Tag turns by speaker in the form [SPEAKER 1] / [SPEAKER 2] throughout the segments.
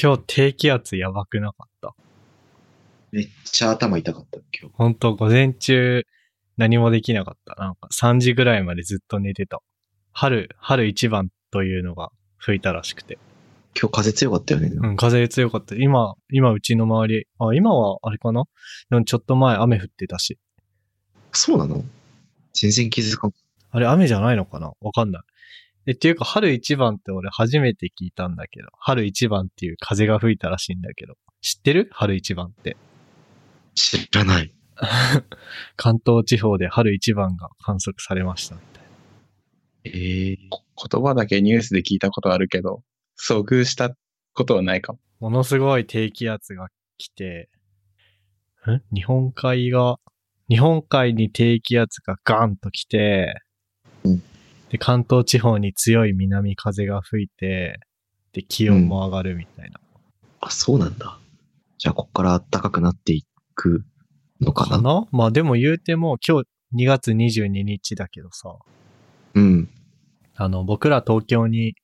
[SPEAKER 1] 今日低気圧やばくなかった。
[SPEAKER 2] めっちゃ頭痛かった、今日。
[SPEAKER 1] ほんと午前中何もできなかった。なんか3時ぐらいまでずっと寝てた。春、春一番というのが吹いたらしくて。
[SPEAKER 2] 今日風強かったよね。
[SPEAKER 1] うん、風強かった。今、今うちの周り、あ、今はあれかなでもちょっと前雨降ってたし。
[SPEAKER 2] そうなの全然気づかん。
[SPEAKER 1] あれ雨じゃないのかなわかんない。え、っていうか春一番って俺初めて聞いたんだけど、春一番っていう風が吹いたらしいんだけど、知ってる春一番って。
[SPEAKER 2] 知らない。
[SPEAKER 1] 関東地方で春一番が観測されましたみたいな。
[SPEAKER 2] えー、
[SPEAKER 3] 言葉だけニュースで聞いたことあるけど、遭遇したことはないかも。
[SPEAKER 1] ものすごい低気圧が来て、ん日本海が、日本海に低気圧がガンと来て、
[SPEAKER 2] うん
[SPEAKER 1] で、関東地方に強い南風が吹いて、で、気温も上がるみたいな。
[SPEAKER 2] あ、そうなんだ。じゃあ、こっから暖かくなっていくのかな
[SPEAKER 1] かなまあでも言うても今日2月22日だけどさ、
[SPEAKER 2] うん。
[SPEAKER 1] あの、僕ら東京に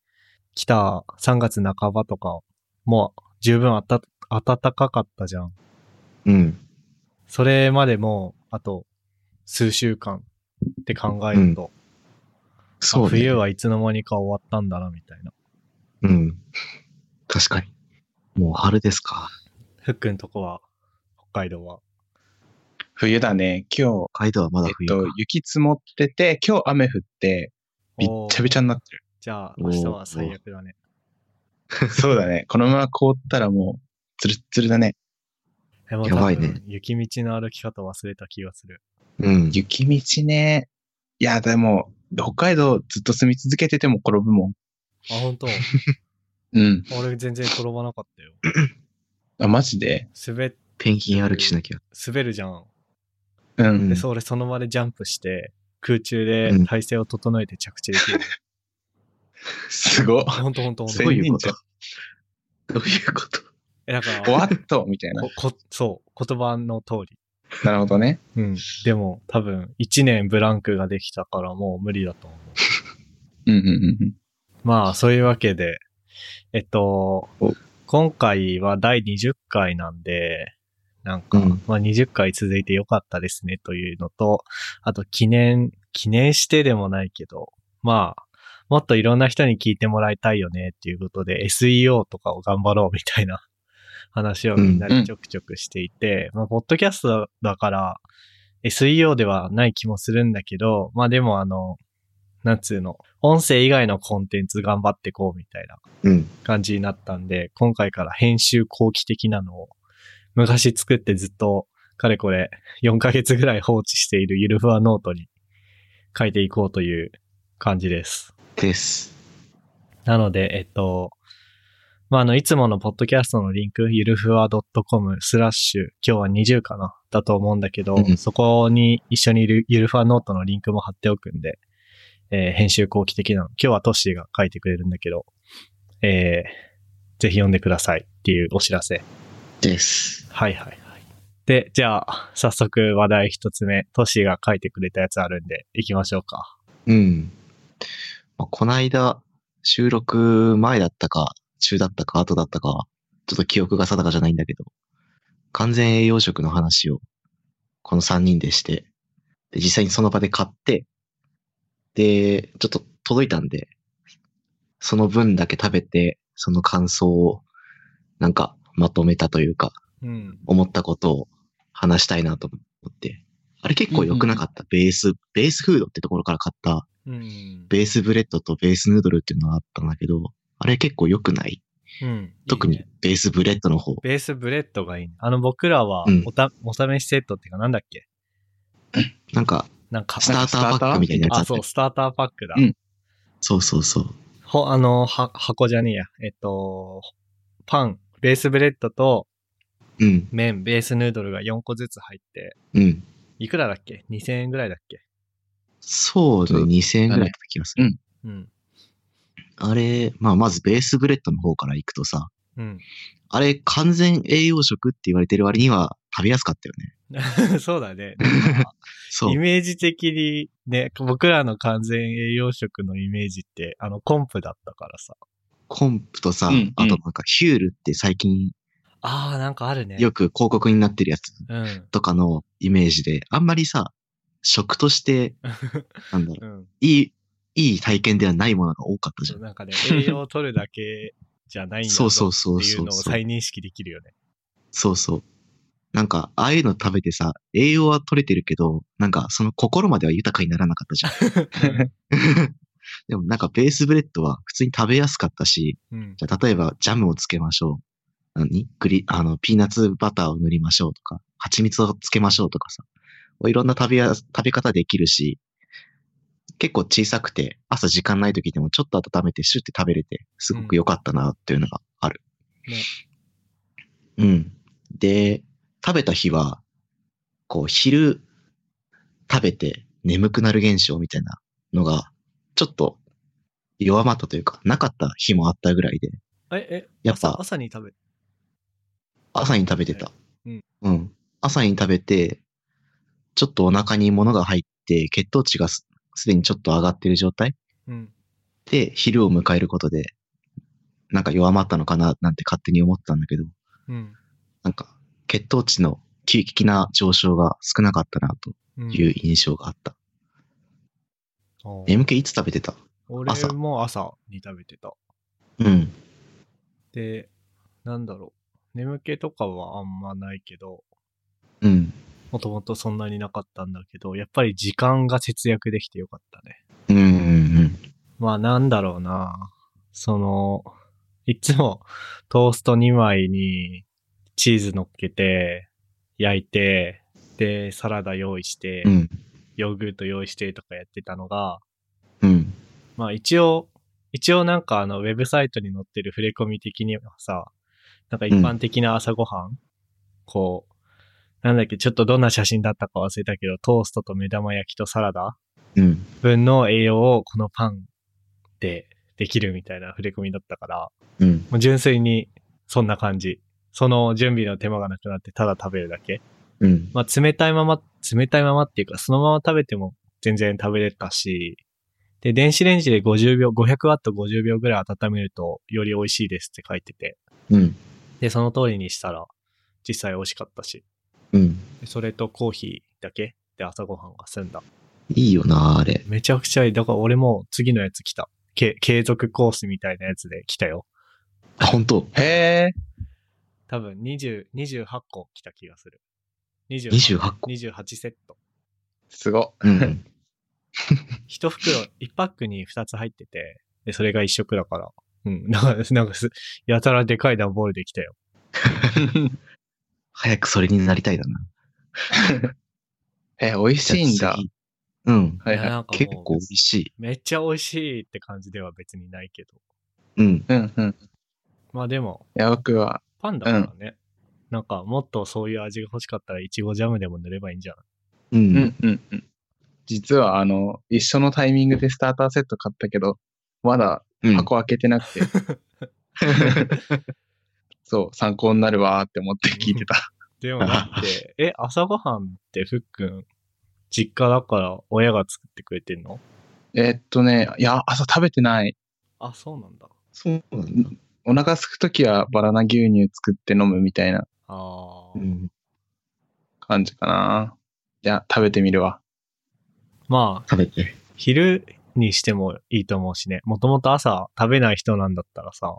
[SPEAKER 1] 来た3月半ばとか、もう十分あた、暖かかったじゃん。
[SPEAKER 2] うん。
[SPEAKER 1] それまでもう、あと、数週間って考えると、
[SPEAKER 2] そう、ね。
[SPEAKER 1] 冬。はいつの間にか終わったんだな、みたいな。
[SPEAKER 2] うん。確かに。もう春ですか。
[SPEAKER 1] ふっくんとこは、北海道は。
[SPEAKER 3] 冬だね。今
[SPEAKER 2] 北海道はま
[SPEAKER 3] 日、
[SPEAKER 2] だ
[SPEAKER 3] えっ
[SPEAKER 2] 冬か。
[SPEAKER 3] と、雪積もってて、今日雨降って、びっちゃびちゃになっ てる。
[SPEAKER 1] じゃあ、明日は最悪だね。
[SPEAKER 3] そうだね。このまま凍ったらもう、つるっつるだね。
[SPEAKER 1] えもう
[SPEAKER 2] やばいね
[SPEAKER 1] 多分雪道の歩き方忘れた気がする。
[SPEAKER 2] うん。
[SPEAKER 3] 雪道ね。いや、でも、北海道ずっと住み続けてても転ぶもん。
[SPEAKER 1] あ、本 当
[SPEAKER 3] うん。
[SPEAKER 1] 俺全然転ばなかったよ。
[SPEAKER 3] あ、マジで
[SPEAKER 1] 滑っ、
[SPEAKER 2] ペンギン歩きしなきゃ。
[SPEAKER 1] 滑るじゃん。
[SPEAKER 3] う。
[SPEAKER 2] うん
[SPEAKER 1] で、そう、俺その場でジャンプして、空中で
[SPEAKER 2] うん
[SPEAKER 1] 体勢を整えて着地できる。
[SPEAKER 3] すごっ。
[SPEAKER 1] ほんとほんとほん
[SPEAKER 3] す
[SPEAKER 1] と
[SPEAKER 2] どう
[SPEAKER 3] ご。
[SPEAKER 2] いうこ
[SPEAKER 3] 千人じゃ
[SPEAKER 2] とどういうこと
[SPEAKER 1] えだから、
[SPEAKER 3] おわっ と、みたいな
[SPEAKER 1] こ。こそう、言葉の通り。
[SPEAKER 3] なるほどね。
[SPEAKER 1] うん。でも、多分、1年ブランクができたからもう無理だと思う。
[SPEAKER 3] うんうんうんうん。
[SPEAKER 1] まあ、そういうわけで、えっと
[SPEAKER 3] お、
[SPEAKER 1] 今回は第20回なんで、なんか、
[SPEAKER 2] うん
[SPEAKER 1] まあ20回続いてよかったですねというのと、あと記念、記念してでもないけど、まあ、もっといろんな人に聞いてもらいたいよねっていうことで SEO とかを頑張ろうみたいな話をみんなでちょくちょくしていて、まあ、ポッドキャストだから、SEO ではない気もするんだけど、まあでもあの、なんつうの、音声以外のコンテンツ頑張ってこうみたいな
[SPEAKER 2] うん。
[SPEAKER 1] 感じになったんで、今回から編集後期的なのを昔作ってずっとかれこれ4ヶ月ぐらい放置しているゆるふわノートに書いていこうという感じです。
[SPEAKER 2] です。
[SPEAKER 1] なので、えっと、まあ、あの、いつものポッドキャストのリンク、ゆるふわ .com スラッシュ、今日は20かなだと思うんだけど、
[SPEAKER 2] うん
[SPEAKER 1] そこに一緒にいるゆるふわノートのリンクも貼っておくんで、えー編集後期的なの。今日はトッシーが書いてくれるんだけど、えーぜひ読んでくださいっていうお知らせ。
[SPEAKER 2] です。
[SPEAKER 1] はいはいはい。で、じゃあ、早速話題一つ目、トッシーが書いてくれたやつあるんで、行きましょうか。
[SPEAKER 2] うん。まあ、こないだ、収録前だったか、中だったか、後だったか、ちょっと記憶が定かじゃないんだけど、完全栄養食の話を、この3人でして、で、実際にその場で買って、で、ちょっと届いたんで、その分だけ食べて、その感想を、なんか、まとめたというか、
[SPEAKER 1] うん。
[SPEAKER 2] 思ったことを話したいなと思って。あれ結構良くなかった。ベース、ベースフードってところから買った、
[SPEAKER 1] うん。
[SPEAKER 2] ベースブレッドとベースヌードルっていうのがあったんだけど、あれ結構良くない
[SPEAKER 1] うん。
[SPEAKER 2] 特にベースブレッドの方。
[SPEAKER 1] ベースブレッドがいいね。あの、僕らは
[SPEAKER 2] うん
[SPEAKER 1] おた、お試しセットっていうか、なんだっけ
[SPEAKER 2] なんか、
[SPEAKER 1] なんか、
[SPEAKER 2] スターターパックみたいなや
[SPEAKER 1] あ、
[SPEAKER 2] つあっ
[SPEAKER 1] そう、
[SPEAKER 2] て。
[SPEAKER 1] スターターパックだ。
[SPEAKER 3] うん
[SPEAKER 2] そうそうそう。
[SPEAKER 1] ほ、あの、は、箱じゃねえや。えっと、パン、ベースブレッドと
[SPEAKER 2] うん、
[SPEAKER 1] 麺、ベースヌードルが4個ずつ入って、
[SPEAKER 2] うん。
[SPEAKER 1] いくらだっけ ?2000 円ぐらいだっけ
[SPEAKER 2] そう
[SPEAKER 3] そう
[SPEAKER 2] ね、2000円ぐらいだった気がする。
[SPEAKER 1] うん。
[SPEAKER 2] あれ、まあまずベースブレッドの方から行くとさ、
[SPEAKER 1] うん。
[SPEAKER 2] あれ完全栄養食って言われてる割には食べやすかったよね。
[SPEAKER 1] そうだね。
[SPEAKER 2] そ
[SPEAKER 1] イ
[SPEAKER 2] う。
[SPEAKER 1] メージ的にね、僕らの完全栄養食のイメージって、あの、コンプだったからさ。
[SPEAKER 2] コンプとさ、
[SPEAKER 3] うんうん
[SPEAKER 2] あとなんかヒュールって最近
[SPEAKER 1] ああ、なんかあるね。
[SPEAKER 2] よく広告になってるやつ
[SPEAKER 1] うん。
[SPEAKER 2] とかのイメージで、あんまりさ、食として、なんだろう、
[SPEAKER 1] う ん。
[SPEAKER 2] いい、いい体験ではないものが多かったじゃん。
[SPEAKER 1] なんかね、栄養を取るだけじゃないんだぞ
[SPEAKER 2] そうそう
[SPEAKER 1] っ
[SPEAKER 2] そう
[SPEAKER 1] ていう
[SPEAKER 2] そう
[SPEAKER 1] のを再認識できるよ ね。
[SPEAKER 2] そうそう。なんか、ああいうの食べてさ、栄養は取れてるけど、なんか、その心までは豊かにならなかったじゃん。でもなん か、ベースブレッドは普通に食べやすかったし、
[SPEAKER 1] うん。
[SPEAKER 2] じゃあ例えばジャムをつけましょう。何グリ、あの、ピーナッツバターを塗りましょうとか、蜂蜜をつけましょうとかさ。いろんな食べや、食べ方できるし、結構小さくて、朝時間ない時でもちょっと温めてシュッて食べれて、すごく良かったなっていうのがある。
[SPEAKER 1] ね
[SPEAKER 2] うん。で、食べた日は、こう、昼、食べて眠くなる現象みたいなのが、ちょっと弱まったというか、なかった日もあったぐらいで、
[SPEAKER 1] え、え、
[SPEAKER 2] やっぱ
[SPEAKER 1] 朝朝に食べ、
[SPEAKER 2] 朝に食べてた。
[SPEAKER 1] うん。
[SPEAKER 2] うん。朝に食べて、ちょっとお腹に物が入って、血糖値がすすでにちょっと上がってる状態
[SPEAKER 1] うん。
[SPEAKER 2] で、昼を迎えることで、なんか弱まったのかな、なんて勝手に思ってたんだけど、
[SPEAKER 1] うん。
[SPEAKER 2] なんか、血糖値の急激な上昇が少なかったな、と
[SPEAKER 1] うん
[SPEAKER 2] いう印象があった。
[SPEAKER 1] あー
[SPEAKER 2] 眠気いつ食べてた
[SPEAKER 1] 俺
[SPEAKER 2] 朝
[SPEAKER 1] も朝に食べてた。
[SPEAKER 2] うん。
[SPEAKER 1] で、なんだろう。眠気とかはあんまないけど、
[SPEAKER 2] うん。
[SPEAKER 1] もともとそんなになかったんだけど、やっぱり時間が節約できてよかったね。
[SPEAKER 2] うんうんうん。
[SPEAKER 1] まあなんだろうな。その、いつもトースト2枚にチーズ乗っけて、焼いて、で、サラダ用意して
[SPEAKER 2] う、ん。
[SPEAKER 1] ヨーグルト用意してとかやってたのが、
[SPEAKER 2] うん。
[SPEAKER 1] まあ一応、一応なんかあのウェブサイトに載ってる触れ込み的にはさ、なんか一般的な朝ごはん、こう、なんだっけ、ちょっとどんな写真だったか忘れたけど、トーストと目玉焼きとサラダ
[SPEAKER 2] うん。
[SPEAKER 1] 分の栄養をこのパンでできるみたいな触れ込みだったから、
[SPEAKER 2] うん。
[SPEAKER 1] もう純粋にそんな感じ。その準備の手間がなくなってただ食べるだけ。
[SPEAKER 2] うん。
[SPEAKER 1] まあ冷たいまま、冷たいままっていうかそのまま食べても全然食べれたし、で、電子レンジで50秒、500ワット50秒ぐらい温めるとより美味しいですって書いてて、
[SPEAKER 2] うん。
[SPEAKER 1] で、その通りにしたら実際美味しかったし、
[SPEAKER 2] うん。
[SPEAKER 1] でそれとコーヒーだけで朝ごはんが済んだ。
[SPEAKER 2] いいよな、あれ。
[SPEAKER 1] めちゃくちゃいい。だから俺も次のやつ来た。け継続コースみたいなやつで来たよ。
[SPEAKER 2] あ、本当
[SPEAKER 3] へえ。
[SPEAKER 1] 多分20、28個来た気がする。28
[SPEAKER 2] ?28 個。
[SPEAKER 1] 28セット。
[SPEAKER 3] す ご。
[SPEAKER 2] うん。
[SPEAKER 1] 一袋、 一パックに二つ入ってて、で、それが一食だから。うん。 なんか、なんかす、やたらでかい段ボールできたよ。
[SPEAKER 2] 早くそれになりたいだな。
[SPEAKER 3] え、美味しいんだ。
[SPEAKER 2] じゃあ次。うん。
[SPEAKER 3] はいはい。
[SPEAKER 1] んかもう
[SPEAKER 2] 結構美味しい。
[SPEAKER 1] めっちゃ美味しいって感じでは別にないけど。
[SPEAKER 2] うん。
[SPEAKER 3] うんうん。い
[SPEAKER 1] まあでも、
[SPEAKER 3] や、僕は、
[SPEAKER 1] パンだからね。なんか、もっとそういう味が欲しかったら、いちごジャムでも塗ればいいんじゃない
[SPEAKER 2] うん。
[SPEAKER 3] うんうんうん。実は、あの、一緒のタイミングでスターターセット買ったけど、まだ
[SPEAKER 2] うん
[SPEAKER 3] 箱開けて なくて、そう、参考になるわーって思って聞いてた。
[SPEAKER 1] でもだ って、え、朝ごはんってふっくん、実家だから親が作ってくれてんの
[SPEAKER 3] えーっとね、いや、朝食べてない。
[SPEAKER 1] あ、そうなんだ。
[SPEAKER 2] そうなんだ。
[SPEAKER 3] お腹空くときはバナナ牛乳作って飲むみたいな
[SPEAKER 1] ああ、
[SPEAKER 2] うん。
[SPEAKER 3] 感じかな。いや、食べてみるわ。
[SPEAKER 1] まあ、
[SPEAKER 2] 食べて。
[SPEAKER 1] 昼にしてもいいと思うしね。もともと朝食べない人なんだったらさ、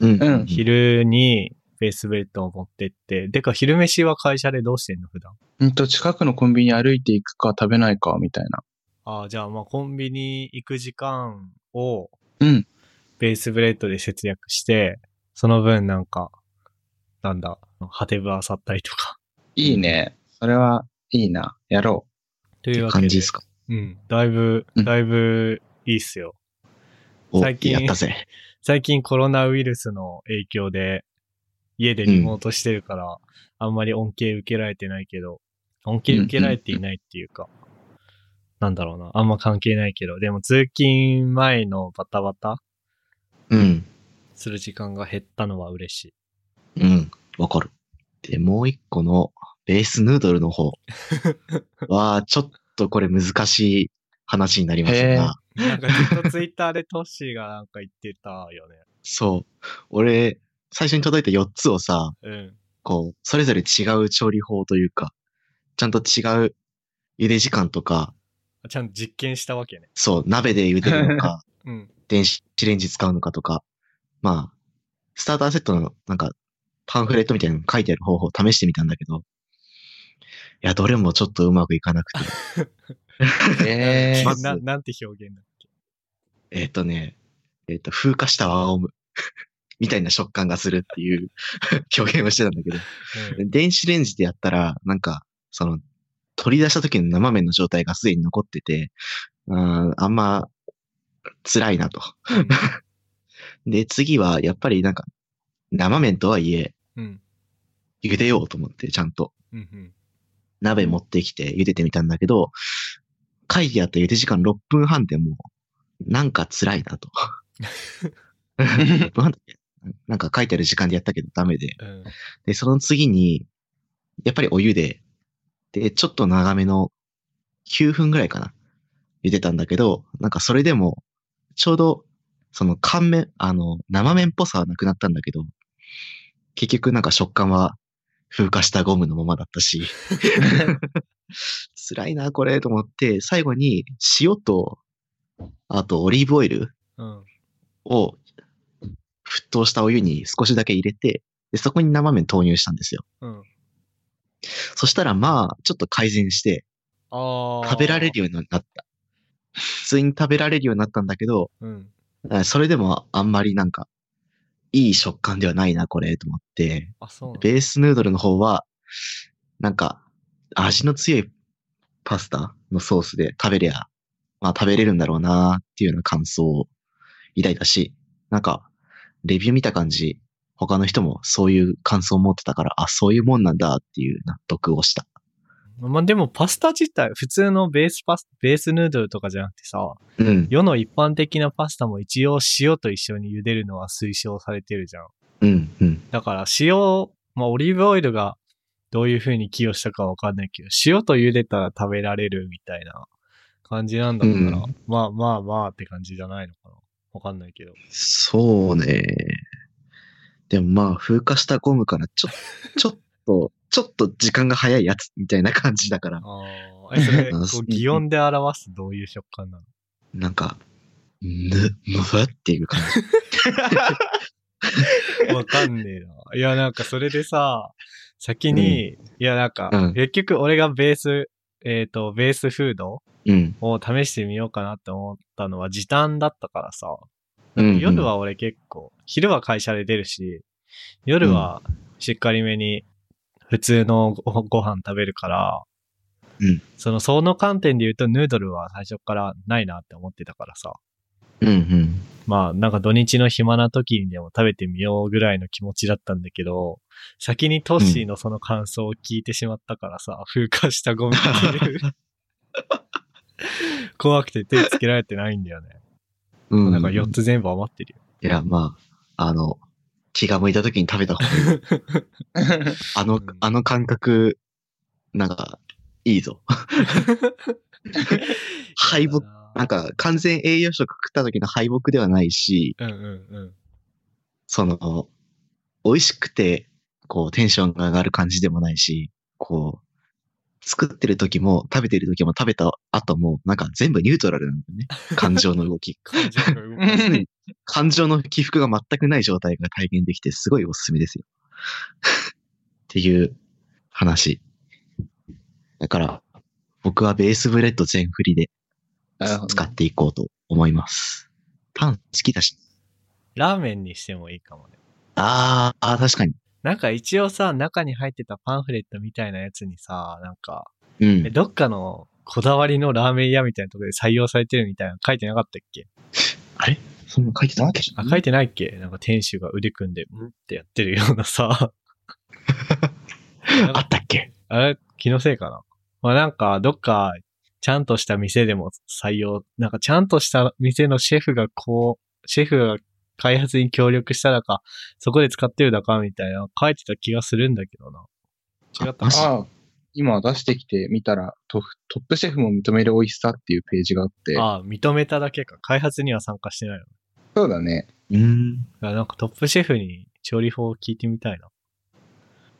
[SPEAKER 2] うん。
[SPEAKER 3] うん
[SPEAKER 1] 昼にベースベッドを持ってって、でか昼飯は会社でどうしてんの普段。
[SPEAKER 3] うんと、近くのコンビニ歩いていくか食べないかみたいな。
[SPEAKER 1] ああ、じゃあまあコンビニ行く時間を
[SPEAKER 3] うん。
[SPEAKER 1] ベースブレッドで節約して、その分なんか、なんだ、果てぶあさったりとか。
[SPEAKER 3] いいね。それはいいな。やろ
[SPEAKER 1] とい
[SPEAKER 2] って
[SPEAKER 1] うわけで。
[SPEAKER 2] 感じですか。
[SPEAKER 1] うん。だいぶ、
[SPEAKER 3] うん
[SPEAKER 1] だいぶいいっすよ。
[SPEAKER 2] お、
[SPEAKER 1] 最近
[SPEAKER 2] やったぜ。
[SPEAKER 1] 最近コロナウイルスの影響で、家でリモートしてるから、あんまり恩恵受けられてないけど、恩恵受けられていないっていうか、なんだろうな、あんま関係ないけど、でも通勤前のバタバタ
[SPEAKER 2] うん。
[SPEAKER 1] する時間が減ったのは嬉しい。
[SPEAKER 2] うん。わかる。で、もう一個のベースヌードル の方は、ちょっとこれ難しい話になります
[SPEAKER 3] へー
[SPEAKER 2] が、
[SPEAKER 1] なんかずっとツイッターでトッシーがなんか言ってたよね。
[SPEAKER 2] そう。俺、最初に届いた4つをさ、
[SPEAKER 1] うん。
[SPEAKER 2] こう、それぞれ違う調理法というか、ちゃんと違う茹で時間とか、
[SPEAKER 1] ちゃんと実験したわけね。
[SPEAKER 2] そう、鍋で茹でるのか、
[SPEAKER 1] うん。
[SPEAKER 2] 電子レンジ使うのかとか、まあ、スターターセットのなんか、パンフレットみたいなの書いてある方法を試してみたんだけど、いや、どれもちょっとうまくいかなくて。
[SPEAKER 3] ええ
[SPEAKER 2] まず
[SPEAKER 1] ななんて表現だっけ
[SPEAKER 2] えっとね、えっ、と、風化した輪ゴムみたいな食感がするっていう 表現をしてたんだけど、
[SPEAKER 1] うん
[SPEAKER 2] 電子レンジでやったら、なんか、その、取り出した時の生麺の状態がすでに残ってて、うん、あんま、辛いなと。 で、次は、やっぱりなんか、生麺とはいえ、
[SPEAKER 1] うん。
[SPEAKER 2] 茹でようと思って、ちゃんと。
[SPEAKER 1] うん。うん。
[SPEAKER 2] 鍋持ってきて茹でてみたんだけど、書いてあった茹で時間6分半でもう、なんか辛いなと。6分半だっけなんか書いてある時間でやったけどダメで。
[SPEAKER 1] うん。
[SPEAKER 2] で、その次に、やっぱりお湯で、で、ちょっと長めの9分ぐらいかな。茹でたんだけど、なんかそれでも、ちょうど、その乾麺、あの、生麺っぽさはなくなったんだけど、結局なんか食感は風化したゴムのままだったし、辛いな、これ、と思って、最後に塩と、あとオリーブオイル
[SPEAKER 1] うん。
[SPEAKER 2] を沸騰したお湯に少しだけ入れて、で、そこに生麺投入したんですよ。
[SPEAKER 1] うん。
[SPEAKER 2] そしたらまあ、ちょっと改善して、
[SPEAKER 1] ああ。
[SPEAKER 2] 食べられるようになった。普通に食べられるようになったんだけど、
[SPEAKER 1] うん。
[SPEAKER 2] あそれでもあんまりなんか、いい食感ではないな、これ、と思って。
[SPEAKER 1] あ、そうなんだ
[SPEAKER 2] ベースヌードルの方は、なんか、味の強いパスタのソースで食べりゃ、まあ食べれるんだろうなっていうような感想を抱いたし、なんか、レビュー見た感じ、他の人もそういう感想を持ってたから、あ、そういうもんなんだっていう納得をした。
[SPEAKER 1] まあ、でもパスタ自体、普通のベースパス、ベースヌードルとかじゃなくてさ、
[SPEAKER 2] うん、
[SPEAKER 1] 世の一般的なパスタも一応塩と一緒に茹でるのは推奨されてるじゃん。
[SPEAKER 2] うん、うん。
[SPEAKER 1] だから塩、まあオリーブオイルがどういう風に寄与したかわかんないけど、塩と茹でたら食べられるみたいな感じなんだったら、
[SPEAKER 2] う
[SPEAKER 1] まあまあまあって感じじゃないのかな。わかんないけど。
[SPEAKER 2] そうね。でもまあ、風化したゴムから、ちょ、ちょっと、ちょっと時間が早いやつみたいな感じだから。
[SPEAKER 1] ああ、え、それ、こ
[SPEAKER 2] あ
[SPEAKER 1] う、擬音で表すどういう食感なの
[SPEAKER 2] なんか、ぬ、むふわっていう感じ。
[SPEAKER 1] わかんねえな。いや、なんかそれでさ、先に、いや、なんか、
[SPEAKER 2] うん
[SPEAKER 1] 結局俺がベース、えっ、と、ベースフード
[SPEAKER 2] うん。
[SPEAKER 1] を試してみようかなって思ったのは時短だったからさ。
[SPEAKER 2] うん
[SPEAKER 1] 夜は俺結構、昼は会社で出るし、夜はしっかりめに普通のごご飯食べるから、
[SPEAKER 2] うん
[SPEAKER 1] その、その観点で言うとヌードルは最初からないなって思ってたからさ。
[SPEAKER 2] うんうん。
[SPEAKER 1] まあ、なんか土日の暇な時にでも食べてみようぐらいの気持ちだったんだけど、先にトッシーのその感想を聞いてしまったからさ、風化したゴミっていう。 怖くて手つけられてないんだよね。
[SPEAKER 2] うん。
[SPEAKER 1] なんか
[SPEAKER 2] い
[SPEAKER 1] 4つ全部余ってるよ。
[SPEAKER 2] や、まあ、あの、気が向いた時に食べた方 がいい。あ
[SPEAKER 1] う
[SPEAKER 2] の
[SPEAKER 1] ん、
[SPEAKER 2] あの感覚、なんか、いいぞ。 敗北、なんか、完全栄養食食った時の敗北ではないし、
[SPEAKER 1] うんうんうん。
[SPEAKER 2] その、美味しくて、こう、テンションが上がる感じでもないし、こう、作ってる時も、食べてる時も、食べた後も、なんか全部ニュートラルなんだよ ね。感情の動き。
[SPEAKER 1] 感情が動かない
[SPEAKER 2] 感情の起伏が全くない状態が体験できて、すごいおすすめですよ。 っていう話。だから、僕はベースブレッド全振りで
[SPEAKER 3] なるほど
[SPEAKER 2] 使っていこうと思います。パン好きだし。
[SPEAKER 1] ラーメンにしてもいいかもね。
[SPEAKER 2] あー、あー確かに。
[SPEAKER 1] なんか一応さ、中に入ってたパンフレットみたいなやつにさ、なんか、
[SPEAKER 2] う
[SPEAKER 1] え
[SPEAKER 2] ん。
[SPEAKER 1] どっかのこだわりのラーメン屋みたいなところで採用されてるみたいなの書いてなかったっけ
[SPEAKER 2] あれそんなの書いてたっけ
[SPEAKER 1] あ、書いてないっけなんか店主が腕組んで、んってやってるようなさ。 なん
[SPEAKER 2] あ
[SPEAKER 1] か
[SPEAKER 2] ったっけ
[SPEAKER 1] あれ、気のせいかな。まあなんか、どっか、ちゃんとした店でも採用、なんかちゃんとした店のシェフがこう、シェフが開発に協力したらか、そこで使ってるだかみたいなの書いてた気がするんだけどな。違った
[SPEAKER 2] あマジ
[SPEAKER 3] ああ、今出してきてみたらトフ、トップシェフも認める美味しさっていうページがあって、
[SPEAKER 1] ああ、認めただけか。開発には参加してないの。
[SPEAKER 3] そうだね。
[SPEAKER 2] うん。
[SPEAKER 1] あなんかトップシェフに調理法を聞いてみたいな。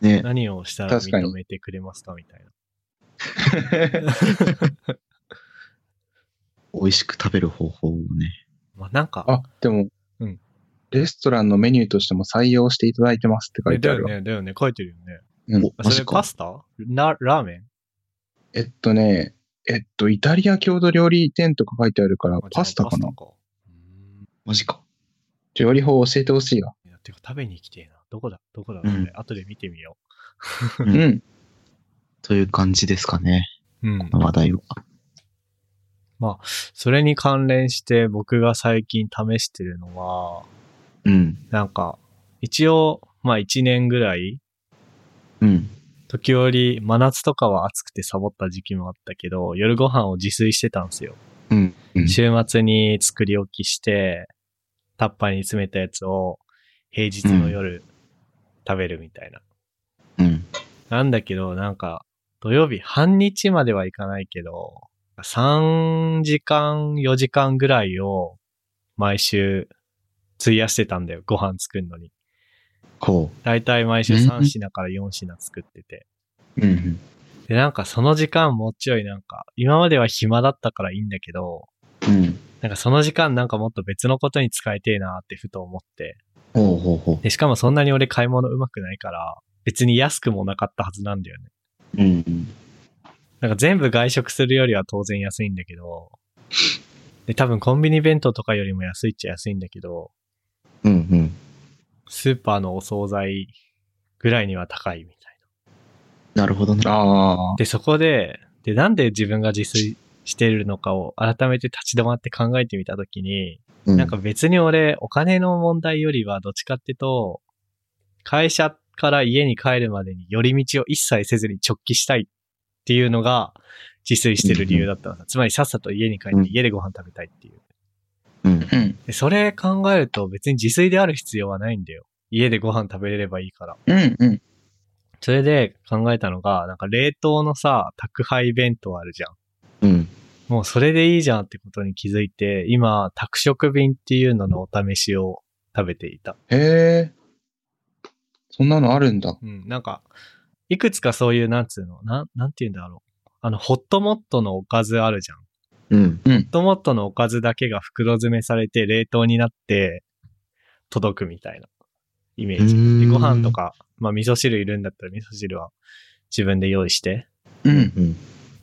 [SPEAKER 2] ね。
[SPEAKER 1] 何をしたら
[SPEAKER 3] 確かに
[SPEAKER 1] 認めてくれますかみたいな。
[SPEAKER 2] 美味しく食べる方法をね。
[SPEAKER 1] まあなんか、
[SPEAKER 3] あ、でも、
[SPEAKER 1] うん
[SPEAKER 3] レストランのメニューとしても採用していただいてますって書
[SPEAKER 1] ね
[SPEAKER 3] いて
[SPEAKER 1] だ
[SPEAKER 3] ある
[SPEAKER 1] よ
[SPEAKER 3] わ。
[SPEAKER 1] ね、だよね、書いてるよね。
[SPEAKER 3] うん
[SPEAKER 2] お、
[SPEAKER 1] あ
[SPEAKER 2] マ
[SPEAKER 1] そ
[SPEAKER 2] ジ
[SPEAKER 1] れパ
[SPEAKER 2] か。
[SPEAKER 1] スタなラーメン
[SPEAKER 3] えっとね、えっと、イタリア郷土料理店とか書いてあるから
[SPEAKER 1] あ、
[SPEAKER 3] パスタか
[SPEAKER 1] じゃ
[SPEAKER 3] な
[SPEAKER 1] あパスタかう
[SPEAKER 2] マジか。
[SPEAKER 3] 料理法教えてほしいわ。
[SPEAKER 1] ーんいやてか食べに来てえな。どこだどこだ、
[SPEAKER 2] うん
[SPEAKER 1] 後で見てみよ
[SPEAKER 2] うん
[SPEAKER 3] うん。
[SPEAKER 2] という感じですかね。
[SPEAKER 1] う。うん
[SPEAKER 2] この話題は。
[SPEAKER 1] それに関連して僕が最近試してるのは、
[SPEAKER 2] うん。
[SPEAKER 1] なんか、一応、まあ一年ぐらい、
[SPEAKER 2] うん。
[SPEAKER 1] 時折、真夏とかは暑くてサボった時期もあったけど、夜ご飯を自炊してたんですよ。
[SPEAKER 2] うん。うん
[SPEAKER 1] 週末に作り置きして、タッパーに詰めたやつを平日の夜食べるみたいな。
[SPEAKER 2] うん。
[SPEAKER 1] なんだけど、なんか、土曜日半日まではいかないけど、3時間、4時間ぐらいを毎週費やしてたんだよ。ご飯作るのに。
[SPEAKER 2] こ
[SPEAKER 1] だいたい毎週
[SPEAKER 2] うん
[SPEAKER 1] 3品から4品作ってて。
[SPEAKER 2] う。うん。
[SPEAKER 1] で、なんかその時間もうちょいなんか、今までは暇だったからいいんだけど、
[SPEAKER 2] うん。
[SPEAKER 1] なんかその時間なんかもっと別のことに使いてえなってふと思って。
[SPEAKER 2] ほうほうほ
[SPEAKER 1] で、しかもそんなに俺買い物上手くないから、別に安くもなかったはずなんだよね。
[SPEAKER 2] う。うん。
[SPEAKER 1] なんか全部外食するよりは当然安いんだけど、で、多分コンビニ弁当とかよりも安いっちゃ安いんだけど、
[SPEAKER 2] うん。うん。
[SPEAKER 1] スーパーのお惣菜ぐらいには高いみたい
[SPEAKER 2] なるほどね。
[SPEAKER 3] あ
[SPEAKER 1] な。で、そこで、で、なんで自分が自炊してるのかを改めて立ち止まって考えてみたときに、
[SPEAKER 2] うん
[SPEAKER 1] なんか別に俺、お金の問題よりはどっちかってと、会社から家に帰るまでに寄り道を一切せずに直帰したいっていうのが自炊してる理由だったのさ。つまりさっさと家に帰って家でご飯食べたいっていう。
[SPEAKER 2] うん。
[SPEAKER 3] あ。うん。
[SPEAKER 1] でそれ考えると別に自炊である必要はないんだよ。家でご飯食べれればいいから。
[SPEAKER 3] うん。うん。
[SPEAKER 1] それで考えたのが、なんか冷凍のさ、宅配弁当あるじゃん。
[SPEAKER 2] うん。
[SPEAKER 1] もうそれでいいじゃんってことに気づいて、今、宅食便っていうののお試しを食べていた。
[SPEAKER 3] へえ。そんなのあるんだ。
[SPEAKER 1] うん、なんか、いくつかそういう、なんつうの、なん、なんて言うんだろう。あの、ホットモットのおかずあるじゃん。ホ
[SPEAKER 2] うん。
[SPEAKER 1] ットモットのおかずだけが袋詰めされて冷凍になって届くみたいなイメージ。で、ご飯とか、まあ味噌汁いるんだったら味噌汁は自分で用意して。
[SPEAKER 3] うん。
[SPEAKER 2] うん。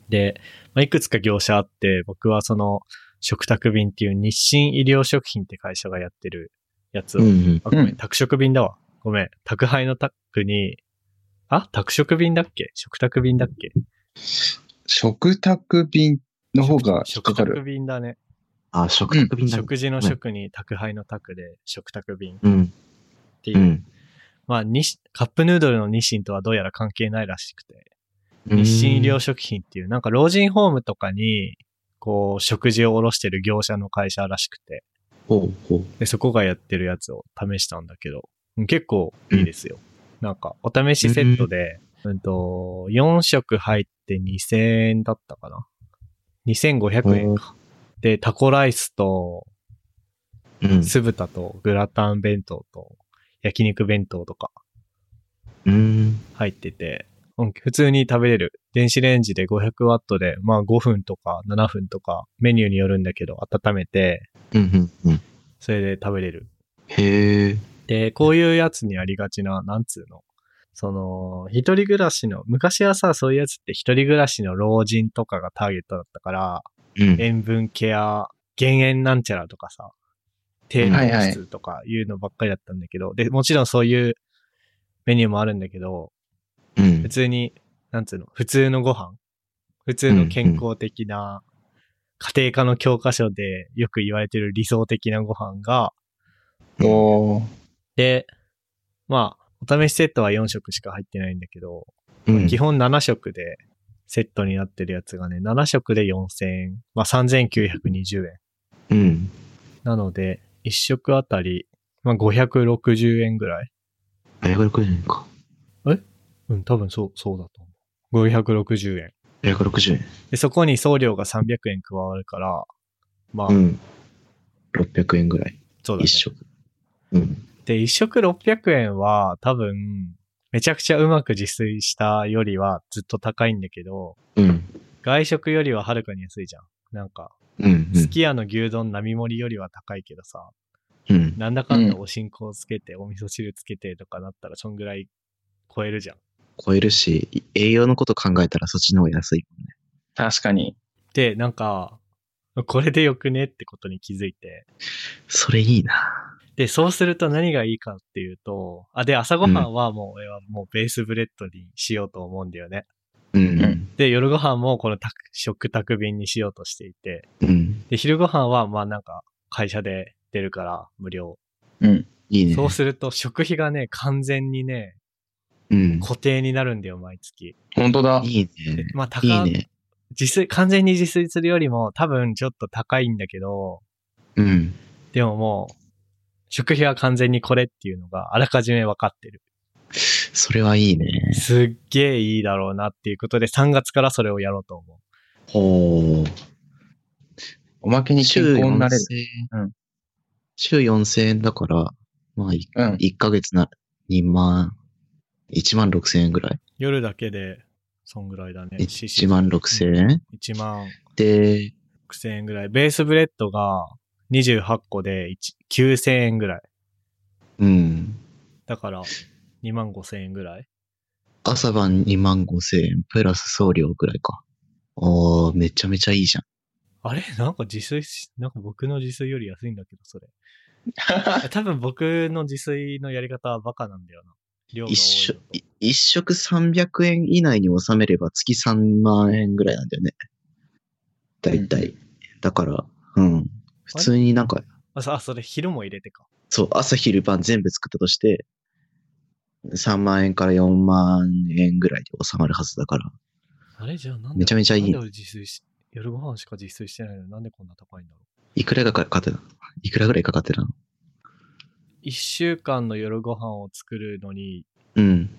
[SPEAKER 1] で、まあ、いくつか業者あって、僕はその食卓便っていう日清医療食品って会社がやってるやつを
[SPEAKER 2] うん。うん。
[SPEAKER 1] あ、ごめ
[SPEAKER 3] うん
[SPEAKER 1] ん、宅食便だわ。ごめん、宅配のタックに、あ宅食便だっけ食卓便だっけ
[SPEAKER 3] 食卓便の方が引っ
[SPEAKER 1] 食
[SPEAKER 3] かか
[SPEAKER 1] 卓
[SPEAKER 3] る。
[SPEAKER 1] 便だね。
[SPEAKER 2] あ、食卓便だ。
[SPEAKER 1] 食事の食に宅配の宅で食卓便っ
[SPEAKER 2] うん。
[SPEAKER 1] ていうう。
[SPEAKER 2] ん。
[SPEAKER 1] まあ、にしカップヌードルの日清とはどうやら関係ないらしくて、
[SPEAKER 2] うん
[SPEAKER 1] 日清医療。食品っていう、なんか老人ホームとかに、こう、食事を卸してる業者の会社らしくて、
[SPEAKER 2] ほうほう。
[SPEAKER 1] で、そこがやってるやつを試したんだけど、うん結構いいですよ。なんか、お試しセットで、うんと、4食入って2000円だったかな。2500円か。で、タコライスと、
[SPEAKER 2] うん。
[SPEAKER 1] 酢豚とグラタン弁当と、焼肉弁当とか
[SPEAKER 2] うん。
[SPEAKER 1] 入ってて、うん普通に食べれる。電子レンジで500ワットで、まあ5分とか7分とか、メニューによるんだけど、温めて、
[SPEAKER 2] うん。うん。
[SPEAKER 1] それで食べれる。
[SPEAKER 2] へえ。
[SPEAKER 1] で、こういうやつにありがちな、なんつうの。その、一人暮らしの、昔はさ、そういうやつって一人暮らしの老人とかがターゲットだったから、
[SPEAKER 2] うん。
[SPEAKER 1] 塩分ケア、減塩なんちゃらとかさ、低糖
[SPEAKER 3] はいはい
[SPEAKER 1] 質とかいうのばっかりだったんだけど、で、もちろんそういうメニューもあるんだけど、
[SPEAKER 2] うん
[SPEAKER 1] 普。通に、なんつうの、普通のご飯普通の健康的な、家庭科の教科書でよく言われてる理想的なご飯が、
[SPEAKER 3] おー。
[SPEAKER 1] で、まあ、お試しセットは4色しか入ってないんだけど、
[SPEAKER 2] うん
[SPEAKER 1] 基本7色でセットになってるやつがね、7色で4000円、まあ3920円。
[SPEAKER 2] うん。
[SPEAKER 1] なので、1色あたり、まあ560円ぐらい。
[SPEAKER 2] 560円か。
[SPEAKER 1] うん、多分そう、そうだと思う。560円。
[SPEAKER 2] 560円。
[SPEAKER 1] で、そこに送料が300円加わるから、まあ、
[SPEAKER 2] うん。600円ぐらい。
[SPEAKER 1] そうだね
[SPEAKER 2] 一。食。うん。
[SPEAKER 1] で、一食600円は多分、めちゃくちゃうまく自炊したよりはずっと高いんだけど、
[SPEAKER 2] うん。
[SPEAKER 1] 外食よりははるかに安いじゃん。なんか、
[SPEAKER 2] うん。
[SPEAKER 1] すき家の牛丼並盛りよりは高いけどさ、
[SPEAKER 2] うん。
[SPEAKER 1] なんだかんだお新香つけて、お味噌汁つけてとかなったら、そんぐらい超えるじゃん。
[SPEAKER 2] 超えるし、栄養のこと考えたらそっちの方が安いもんね。
[SPEAKER 3] 確かに。
[SPEAKER 1] で、なんか、これでよくねってことに気づいて。
[SPEAKER 2] それいいな。
[SPEAKER 1] で、そうすると何がいいかっていうと、あ、で、朝ごはんはもう俺はもうベースブレッドにしようと思うんだよね。
[SPEAKER 2] うん。
[SPEAKER 1] で、夜ご飯もこの宅食卓便にしようとしていて、
[SPEAKER 2] うん。
[SPEAKER 1] で、昼ご飯はまあなんか会社で出るから無料。
[SPEAKER 3] うん。
[SPEAKER 2] いいね。
[SPEAKER 1] そうすると食費がね、完全にね、
[SPEAKER 2] うん。
[SPEAKER 1] 固定になるんだよ、毎月。
[SPEAKER 3] 本当だ。
[SPEAKER 2] いい
[SPEAKER 1] で
[SPEAKER 2] ね。
[SPEAKER 1] まあ高、
[SPEAKER 2] いいね。
[SPEAKER 1] 自炊、完全に自炊するよりも多分ちょっと高いんだけど、
[SPEAKER 2] うん。
[SPEAKER 1] でももう、食費は完全にこれっていうのがあらかじめ分かってる。
[SPEAKER 2] それはいいね。
[SPEAKER 1] すっげえいいだろうなっていうことで3月からそれをやろうと思う。
[SPEAKER 2] ほう。
[SPEAKER 3] おまけに健
[SPEAKER 2] 週
[SPEAKER 3] 康になれ
[SPEAKER 2] 4000
[SPEAKER 3] る。うん
[SPEAKER 2] 円。週4000円だから、まあ、い
[SPEAKER 3] うん。
[SPEAKER 2] 1ヶ月な、2万、1万6000円ぐらい
[SPEAKER 1] 夜だけで、そんぐらいだね。し
[SPEAKER 2] ?1 万6000円
[SPEAKER 1] 1万
[SPEAKER 2] で、
[SPEAKER 1] 6000円ぐらい。ベースブレッドが28個で1 9000円ぐらい。
[SPEAKER 2] うん。
[SPEAKER 1] だから2万5000円ぐらい。
[SPEAKER 2] 朝晩2万5000円、プラス送料ぐらいか。おー、めちゃめちゃいいじゃん。
[SPEAKER 1] あれなんか自炊し、なんか僕の自炊より安いんだけど、それ。多分僕の自炊のやり方はバカなんだよな。量が多い
[SPEAKER 2] 一
[SPEAKER 1] の
[SPEAKER 2] 食
[SPEAKER 1] と、
[SPEAKER 2] い一食300円以内に収めれば月3万円ぐらいなんだよね。だいたい。だから、うん。普通になんか、
[SPEAKER 1] あそあ、それ昼も入れてか。
[SPEAKER 2] そう、朝昼晩全部作ったとして、3万円から4万円ぐらいで収まるはずだから。
[SPEAKER 1] あれじゃあなんで
[SPEAKER 2] めちゃめちゃいい
[SPEAKER 1] なんで俺自炊し、夜ご飯しか自炊してないのになんでこんな高いんだろう。
[SPEAKER 2] いくらがかかってたのいくらぐらいかかってたの
[SPEAKER 1] 1週間の夜ご飯を作るのに
[SPEAKER 2] うん。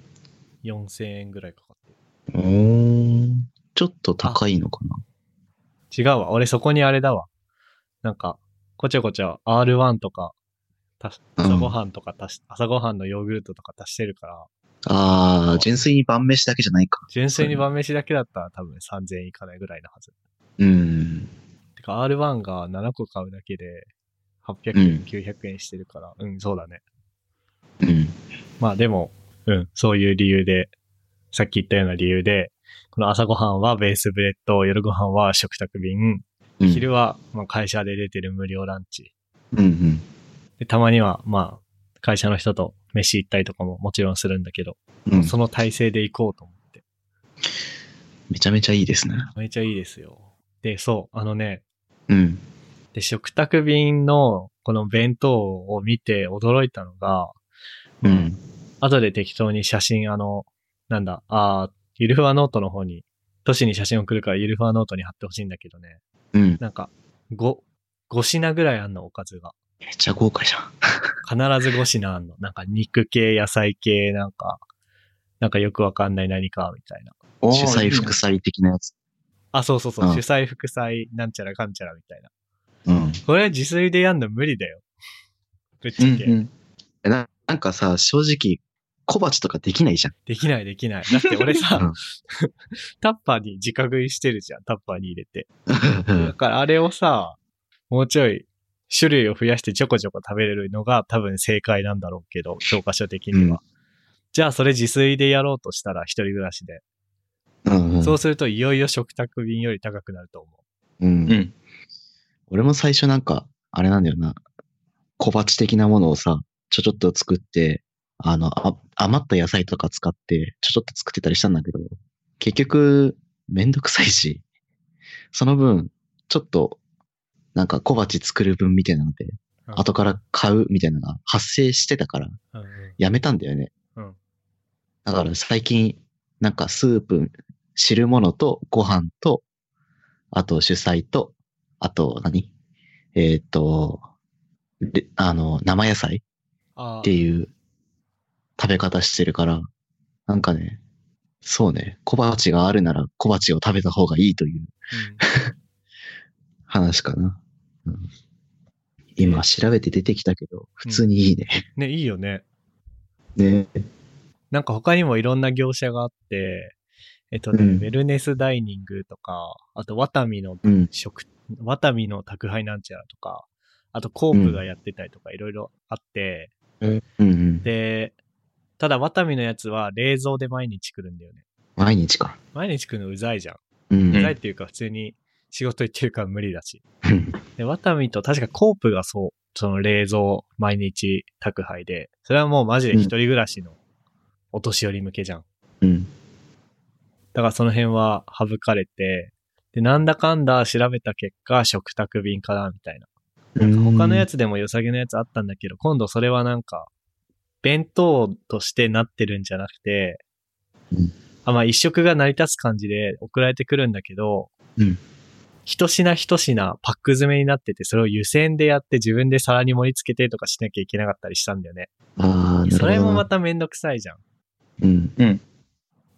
[SPEAKER 1] 4000円ぐらいかかってる。
[SPEAKER 2] おーちょっと高いのかな
[SPEAKER 1] 違うわ。俺そこにあれだわ。なんか、こちょこちょ R1 とか、足し
[SPEAKER 2] うん
[SPEAKER 1] 朝ごはんとか足し、朝ごはんのヨーグルトとか足してるから、
[SPEAKER 2] あー、純粋に晩飯だけじゃないか。
[SPEAKER 1] 純粋に晩飯だけだったら多分3000円いかないぐらいのはず。
[SPEAKER 2] うん。
[SPEAKER 1] てか R1 が7個買うだけで800
[SPEAKER 2] う
[SPEAKER 1] 円、
[SPEAKER 2] ん
[SPEAKER 1] 900円してるから、うん、そうだね。
[SPEAKER 2] うん。
[SPEAKER 1] まあでも、うん、そういう理由で、さっき言ったような理由で、この朝ごはんはベースブレッド、夜ごはんは食卓便、
[SPEAKER 2] うん。
[SPEAKER 1] 昼はまあ会社で出てる無料ランチ。
[SPEAKER 2] うんうん。
[SPEAKER 1] で、たまにはまあ、会社の人と飯行ったりとかももちろんするんだけど、
[SPEAKER 2] うん、
[SPEAKER 1] その体制で行こうと思って。
[SPEAKER 2] めちゃめちゃいいですね。
[SPEAKER 1] めっちゃいいですよ。で、そう、あのね、
[SPEAKER 2] うん。
[SPEAKER 1] で、食卓便のこの弁当を見て驚いたのが、
[SPEAKER 2] うん。
[SPEAKER 1] 後で適当に写真、あの、なんだ、あーゆるふわノートの方に、都市に写真送るからゆるふわノートに貼ってほしいんだけどね。
[SPEAKER 2] うん。
[SPEAKER 1] なんか、5、5品ぐらいあんの、おかずが。
[SPEAKER 2] めっちゃ豪華じゃん。
[SPEAKER 1] 必ず5品あんの。なんか肉系、野菜系、なんか、なんかよくわかんない何か、みたいな。
[SPEAKER 3] おー
[SPEAKER 2] 主
[SPEAKER 3] い
[SPEAKER 2] 菜
[SPEAKER 3] いね
[SPEAKER 2] 副菜的なやつ。
[SPEAKER 1] あ、そうそうそう、
[SPEAKER 2] うん
[SPEAKER 1] 主菜、副菜、なんちゃらかんちゃらみたいな。
[SPEAKER 2] うん。
[SPEAKER 1] これ自炊でやんの無理だよ。ぶっ
[SPEAKER 3] う
[SPEAKER 1] ちゃけ。
[SPEAKER 3] ん
[SPEAKER 2] えななんかさ、正直、小鉢とかできないじゃん。
[SPEAKER 1] できないできない。だって俺さ、
[SPEAKER 2] うん
[SPEAKER 1] タッパーに直食いしてるじゃん、タッパーに入れて。
[SPEAKER 2] う
[SPEAKER 1] だ
[SPEAKER 2] ん
[SPEAKER 1] からあれをさ、もうちょい種類を増やしてちょこちょこ食べれるのが多分正解なんだろうけど、教科書的には。
[SPEAKER 2] うん
[SPEAKER 1] じゃあそれ自炊でやろうとしたら一人暮らしで。
[SPEAKER 2] うんうん
[SPEAKER 1] そうするといよいよ食卓便より高くなると思う。
[SPEAKER 2] う。
[SPEAKER 3] うんん。
[SPEAKER 2] 俺も最初なんか、あれなんだよな。小鉢的なものをさ、ちょちょっと作って、あの、あ余った野菜とか使って、ちょちょっと作ってたりしたんだけど、結局、めんどくさいし、その分、ちょっと、なんか小鉢作る分みたいなので、
[SPEAKER 1] うん
[SPEAKER 2] 後から買うみたいなのが発生してたから、
[SPEAKER 1] うんうん
[SPEAKER 2] やめたんだよね。
[SPEAKER 1] うん
[SPEAKER 2] だから最近、なんかスープ、汁物とご飯と、あと主菜と、あと何、えっ、と、であの、生野菜
[SPEAKER 1] あ
[SPEAKER 2] っ
[SPEAKER 1] あ
[SPEAKER 2] ていう食べ方してるから、なんかね、そうね、小鉢があるなら小鉢を食べた方がいいという
[SPEAKER 1] うん
[SPEAKER 2] 話かな。うん、今調べて出てきたけど、普通にいいね。
[SPEAKER 1] ね、いいよね。
[SPEAKER 2] ね。
[SPEAKER 1] なんか他にもいろんな業者があって、えっとね、
[SPEAKER 2] うん
[SPEAKER 1] ウェルネスダイニングとか、あとワタミの
[SPEAKER 2] うん。
[SPEAKER 1] 食、ワタミの宅配なんちゃらとか、あとコープがやってたりとかいろいろあって、
[SPEAKER 2] うんうん。
[SPEAKER 1] で、ただワタミのやつは冷蔵で毎日来るんだよね。
[SPEAKER 2] 毎日か。
[SPEAKER 1] 毎日来るのうざいじゃん。う
[SPEAKER 2] う。
[SPEAKER 1] んざいっていうか普通に仕事行ってるから無理だし。
[SPEAKER 2] うん
[SPEAKER 1] で、ワタミと確かコープがそう、その冷蔵毎日宅配で、それはもうマジで一人暮らしのお年寄り向けじゃん。
[SPEAKER 2] うん。
[SPEAKER 1] だからその辺は省かれて、で、なんだかんだ調べた結果、食卓便かな、みたいな。他のやつでも良さげなやつあったんだけど、今度それはなんか、弁当としてなってるんじゃなくて、
[SPEAKER 2] うん
[SPEAKER 1] あまあ一食が成り立つ感じで送られてくるんだけど、
[SPEAKER 2] うん
[SPEAKER 1] 一品一品パック詰めになってて、それを湯煎でやって自分で皿に盛り付けてとかしなきゃいけなかったりしたんだよね。
[SPEAKER 2] ああ、なるほどな。
[SPEAKER 1] それもまためんどくさいじゃん。
[SPEAKER 2] うん。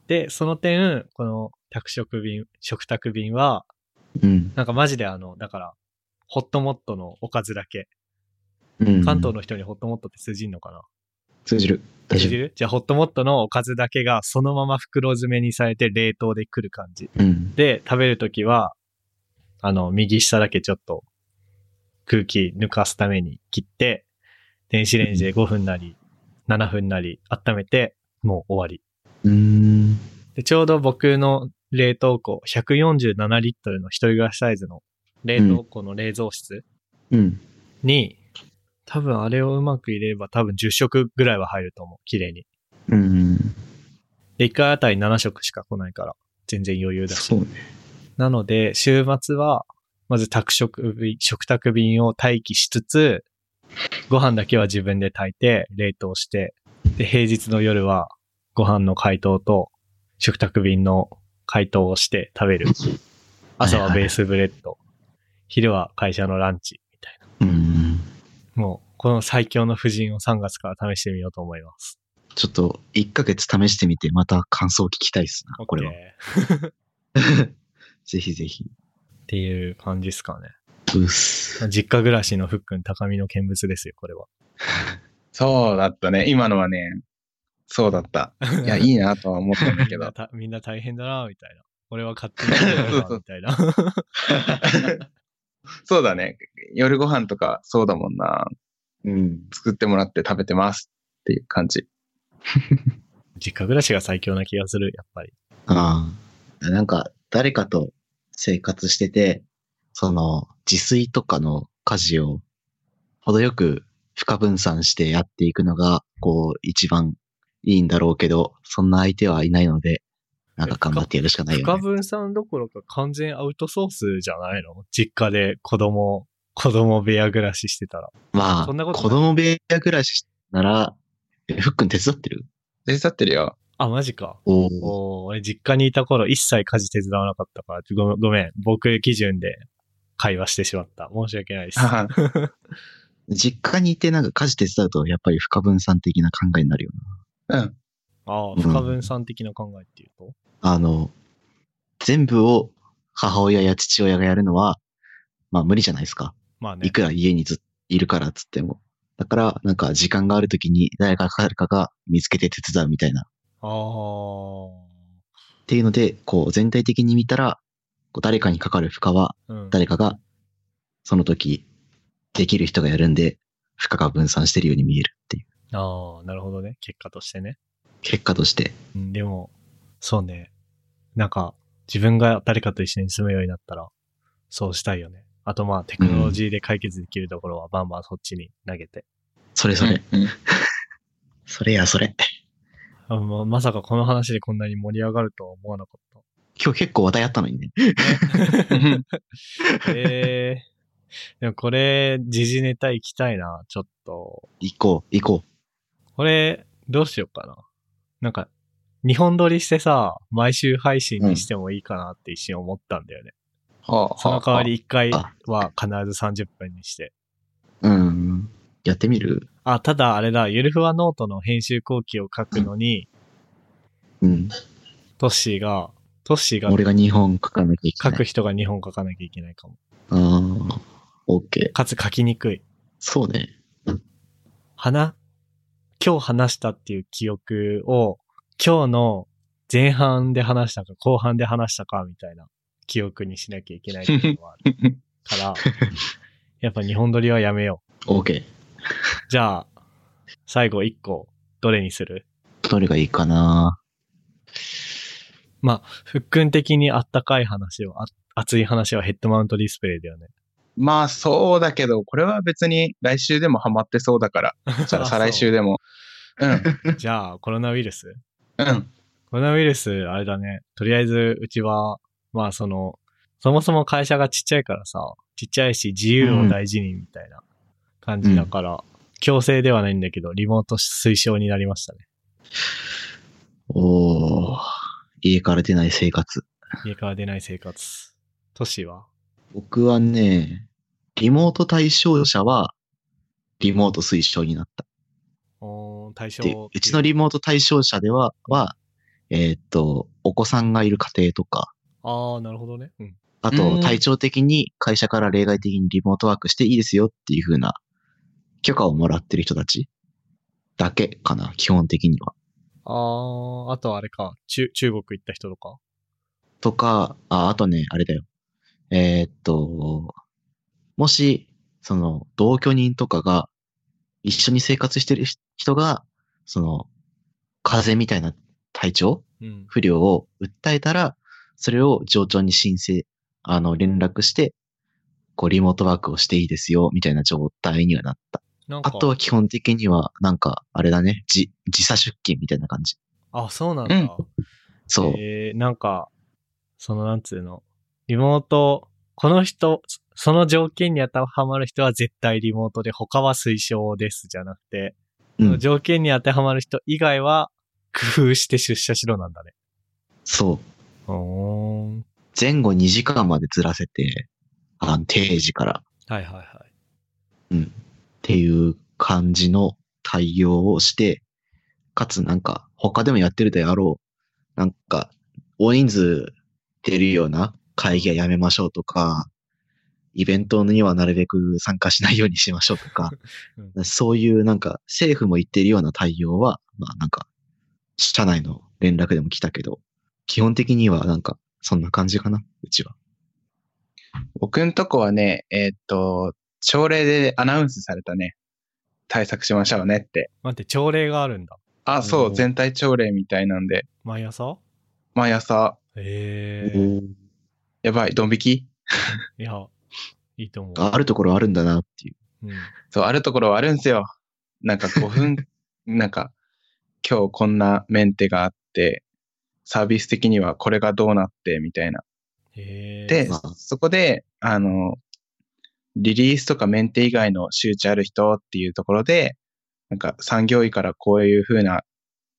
[SPEAKER 1] で、その点、この宅食便、食卓便は、
[SPEAKER 2] うん。
[SPEAKER 1] なんかマジであの、だから、ホットモットのおかずだけ。
[SPEAKER 2] うん。
[SPEAKER 1] 関東の人にホットモットって通じんのかな
[SPEAKER 2] 通じる。大
[SPEAKER 1] 通
[SPEAKER 2] 丈
[SPEAKER 1] じるじゃあ、ホットモットのおかずだけがそのまま袋詰めにされて冷凍で来る感じ。
[SPEAKER 2] 夫。うん。
[SPEAKER 1] で、食べるときは、あの、右下だけちょっと空気抜かすために切って、電子レンジで5分なり、7分なり温めて、もう終わり。
[SPEAKER 2] うーん。
[SPEAKER 1] で、ちょうど僕の冷凍庫、147リットルの一人暮らしサイズの冷凍庫の冷蔵室
[SPEAKER 2] うん。
[SPEAKER 1] に、多分あれをうまく入れれば多分10食ぐらいは入ると思う。綺麗に。
[SPEAKER 2] うん。
[SPEAKER 1] で、1回あたり7食しか来ないから、全然余裕だし。
[SPEAKER 2] そうね。
[SPEAKER 1] なので、週末は、まず宅食便、食卓便を待機しつつ、ご飯だけは自分で炊いて、冷凍して、で、平日の夜は、ご飯の解凍と、食卓便の解凍をして食べる。朝はベースブレッド。昼は会社のランチ、みたいな。
[SPEAKER 2] うん。
[SPEAKER 1] もう、この最強の布陣を3月から試してみようと思います。
[SPEAKER 2] ちょっと、1ヶ月試してみて、また感想を聞きたいっすな、これは。
[SPEAKER 1] OK
[SPEAKER 2] ぜひぜひ。
[SPEAKER 1] っていう感じですかね。
[SPEAKER 2] うっす。
[SPEAKER 1] 実家暮らしのふっくん高みの見物ですよ、これ は。
[SPEAKER 3] そうだったね。今のはね、そうだった。いや、いいなとは思ったんだけ
[SPEAKER 1] みんな
[SPEAKER 3] ど。
[SPEAKER 1] たみんな大変だな、みた いな。俺は勝手にやるわみたいな。
[SPEAKER 3] そうだね。夜ご飯とかそうだもんな。
[SPEAKER 2] うん。
[SPEAKER 3] 作ってもらって食べてますっていう感じ。
[SPEAKER 1] 実家暮らしが最強な気がする、やっぱり。
[SPEAKER 2] ああ。なんか、誰かと生活してて、その、自炊とかの家事を、程よく負荷分散してやっていくのが、こう、一番いいんだろうけど、そんな相手はいないので、なんか頑張ってやるしかない
[SPEAKER 1] 不
[SPEAKER 2] よ
[SPEAKER 1] 可
[SPEAKER 2] ね。
[SPEAKER 1] 分散どころか完全アウトソースじゃないの実家で子供、子供部屋暮らししてたら。
[SPEAKER 2] まあ、
[SPEAKER 1] そんなことない
[SPEAKER 2] 子供部屋暮らしなら、えふっくん手伝ってる
[SPEAKER 3] 手伝ってるよ。
[SPEAKER 1] あ、マジか。
[SPEAKER 2] お
[SPEAKER 1] おー
[SPEAKER 2] お。
[SPEAKER 1] 俺実家にいた頃一切家事手伝わなかったから、ごめんごめん。僕基準で会話してしまった。申し訳ないです。
[SPEAKER 3] はは
[SPEAKER 2] 実家にいてなんか家事手伝うと、やっぱり不可分散的な考えになるよ
[SPEAKER 3] うん。
[SPEAKER 1] ああ、
[SPEAKER 2] うん
[SPEAKER 1] 不可分散的な考えっていうと、
[SPEAKER 2] な。あの、全部を母親や父親がやるのは、まあ無理じゃないですか。
[SPEAKER 1] まあね
[SPEAKER 2] い。くら家にずいるからっつっても。だから、なんか時間があるときに誰かかかが見つけて手伝うみたいな。
[SPEAKER 1] ああ。
[SPEAKER 2] っていうので、こう全体的に見たら、こう誰かにかかる負荷は
[SPEAKER 1] うん。
[SPEAKER 2] 誰かがその時できる人がやるんで、負荷が分散してるように見えるっていう。
[SPEAKER 1] ああ、なるほどね。結果としてね。
[SPEAKER 2] 結果として。
[SPEAKER 1] うんでも、そうね。なんか、自分が誰かと一緒に住むようになったら、そうしたいよね。あとまあ、テクノロジーで解決できるところはバンバンそっちに投げて。
[SPEAKER 2] それそれ。
[SPEAKER 3] うんうん
[SPEAKER 2] それやそれ。
[SPEAKER 1] あもうまさかこの話でこんなに盛り上がるとは思わなかっ
[SPEAKER 2] 今日結構話題あったのにね。
[SPEAKER 1] た。ええでもこれ、時事ネタ行きたいな、ちょっと。
[SPEAKER 2] 行こう、行こ
[SPEAKER 1] これ、どうしようかな。なんか、日本撮りしてさ、毎週配信にしてもいいかなって一瞬思ったんだよね。
[SPEAKER 3] はあ
[SPEAKER 1] その代わり一回
[SPEAKER 2] あ
[SPEAKER 1] は必ず30分にして。
[SPEAKER 2] う。うん。やってみる
[SPEAKER 1] あ、ただあれだ、ゆるふわノートの編集後期を書くのに、
[SPEAKER 2] うん。
[SPEAKER 1] トッシーが、トッシーが
[SPEAKER 2] 俺が2本書かなきゃいけ
[SPEAKER 1] 書
[SPEAKER 2] ない。
[SPEAKER 1] く人が2本書かなきゃいけないかも。
[SPEAKER 2] ああ。オッケー。
[SPEAKER 1] かつ書きにくい。
[SPEAKER 2] そうね。
[SPEAKER 1] 話、今日話したっていう記憶を、今日の前半で話したか、後半で話したか、みたいな記憶にしなきゃいけないっていうのはある から、やっぱ日本撮りはやめよ
[SPEAKER 2] OK。
[SPEAKER 1] う。じゃあ、最後一個、どれにする
[SPEAKER 2] どれがいいかな
[SPEAKER 1] ふっくん的にあったかい話を、あ熱い話はヘッドマウントディスプレイだよね。
[SPEAKER 3] まあそうだけど、これは別に来週でもハマってそうだから、さ
[SPEAKER 1] あ
[SPEAKER 3] 再来週でも。うん、
[SPEAKER 1] そうじゃあ、コロナウイルス
[SPEAKER 3] うん。
[SPEAKER 1] コロナウイルス、あれだね。とりあえず、うちは、まあその、そもそも会社がちっちゃいからさ、ちっちゃいし自由を大事にみたいな感じだから、強制ではないんだけど、リモート推奨になりましたね。
[SPEAKER 2] おー。家から出ない生活。
[SPEAKER 1] 家から出ない生活。都市は
[SPEAKER 2] 僕はね、リモート対象者は、リモート推奨になった。
[SPEAKER 1] おー対象
[SPEAKER 2] で、うちのリモート対象者では、は、えーっと、お子さんがいる家庭とか、
[SPEAKER 1] ああ、なるほどね。うん。
[SPEAKER 2] あ
[SPEAKER 3] う
[SPEAKER 2] と、
[SPEAKER 3] ん
[SPEAKER 2] 体調的に会社から例外的にリモートワークしていいですよっていう風な許可をもらってる人たちだけかな、基本的には。
[SPEAKER 1] ああ、あとあれか、中、中国行った人とか。
[SPEAKER 2] とか、あ、あとね、あれだよ。えーっと、もし、その、同居人とかが、一緒に生活してる人が、その、風邪みたいな体調
[SPEAKER 1] うん。
[SPEAKER 2] 不良を訴えたら、それを上長に申請、あの、連絡して、こう、リモートワークをしていいですよ、みたいな状態にはなった。
[SPEAKER 1] なんか、
[SPEAKER 2] あとは基本的には、なんか、あれだね、じ、時差出勤みたいな感じ。
[SPEAKER 1] あ、そうなんだ。
[SPEAKER 3] うん
[SPEAKER 2] そう。
[SPEAKER 1] えー、なんか、そのなんつうの、リモート、この人、そその条件に当てはまる人は絶対リモートで、他は推奨ですじゃなくて、
[SPEAKER 2] うん
[SPEAKER 1] その条件に当てはまる人以外は工夫して出社しろなんだね。
[SPEAKER 2] そう。
[SPEAKER 1] おーん。
[SPEAKER 2] 前後2時間までずらせて、あの定時から、
[SPEAKER 1] はいはいはい。、
[SPEAKER 2] うん、っていう感じの対応をして、かつなんか他でもやってるであろう、なんか大人数出るような会議はやめましょうとか、イベントにはなるべく参加しないようにしましょうとか
[SPEAKER 1] う
[SPEAKER 2] そういうなんか政府も言ってるような対応は、まあなんか、社内の連絡でも来たけど、基本的にはなんかそんな感じかな、うちは。
[SPEAKER 3] 僕んとこはね、えーっと、朝礼でアナウンスされたね。対策しましょうねって。
[SPEAKER 1] 待って、朝礼があるんだ。
[SPEAKER 3] あ、そうう、
[SPEAKER 2] ん
[SPEAKER 3] 全体朝礼みたいなんで、
[SPEAKER 1] 毎朝
[SPEAKER 3] 毎朝、
[SPEAKER 1] ええー、
[SPEAKER 3] やばい、ドン引き
[SPEAKER 1] いや、いいと思う。
[SPEAKER 2] あるところあるんだなっていう。
[SPEAKER 1] うん。
[SPEAKER 3] そう、あるところはあるんすよ。なんか5分、 なんか、今日こんなメンテがあって、サービス的にはこれがどうなって、みたいな。
[SPEAKER 1] ええー。
[SPEAKER 3] で
[SPEAKER 2] まあ、
[SPEAKER 3] そこで、あの、リリースとかメンテ以外の周知ある人っていうところで、なんか産業医からこういう風な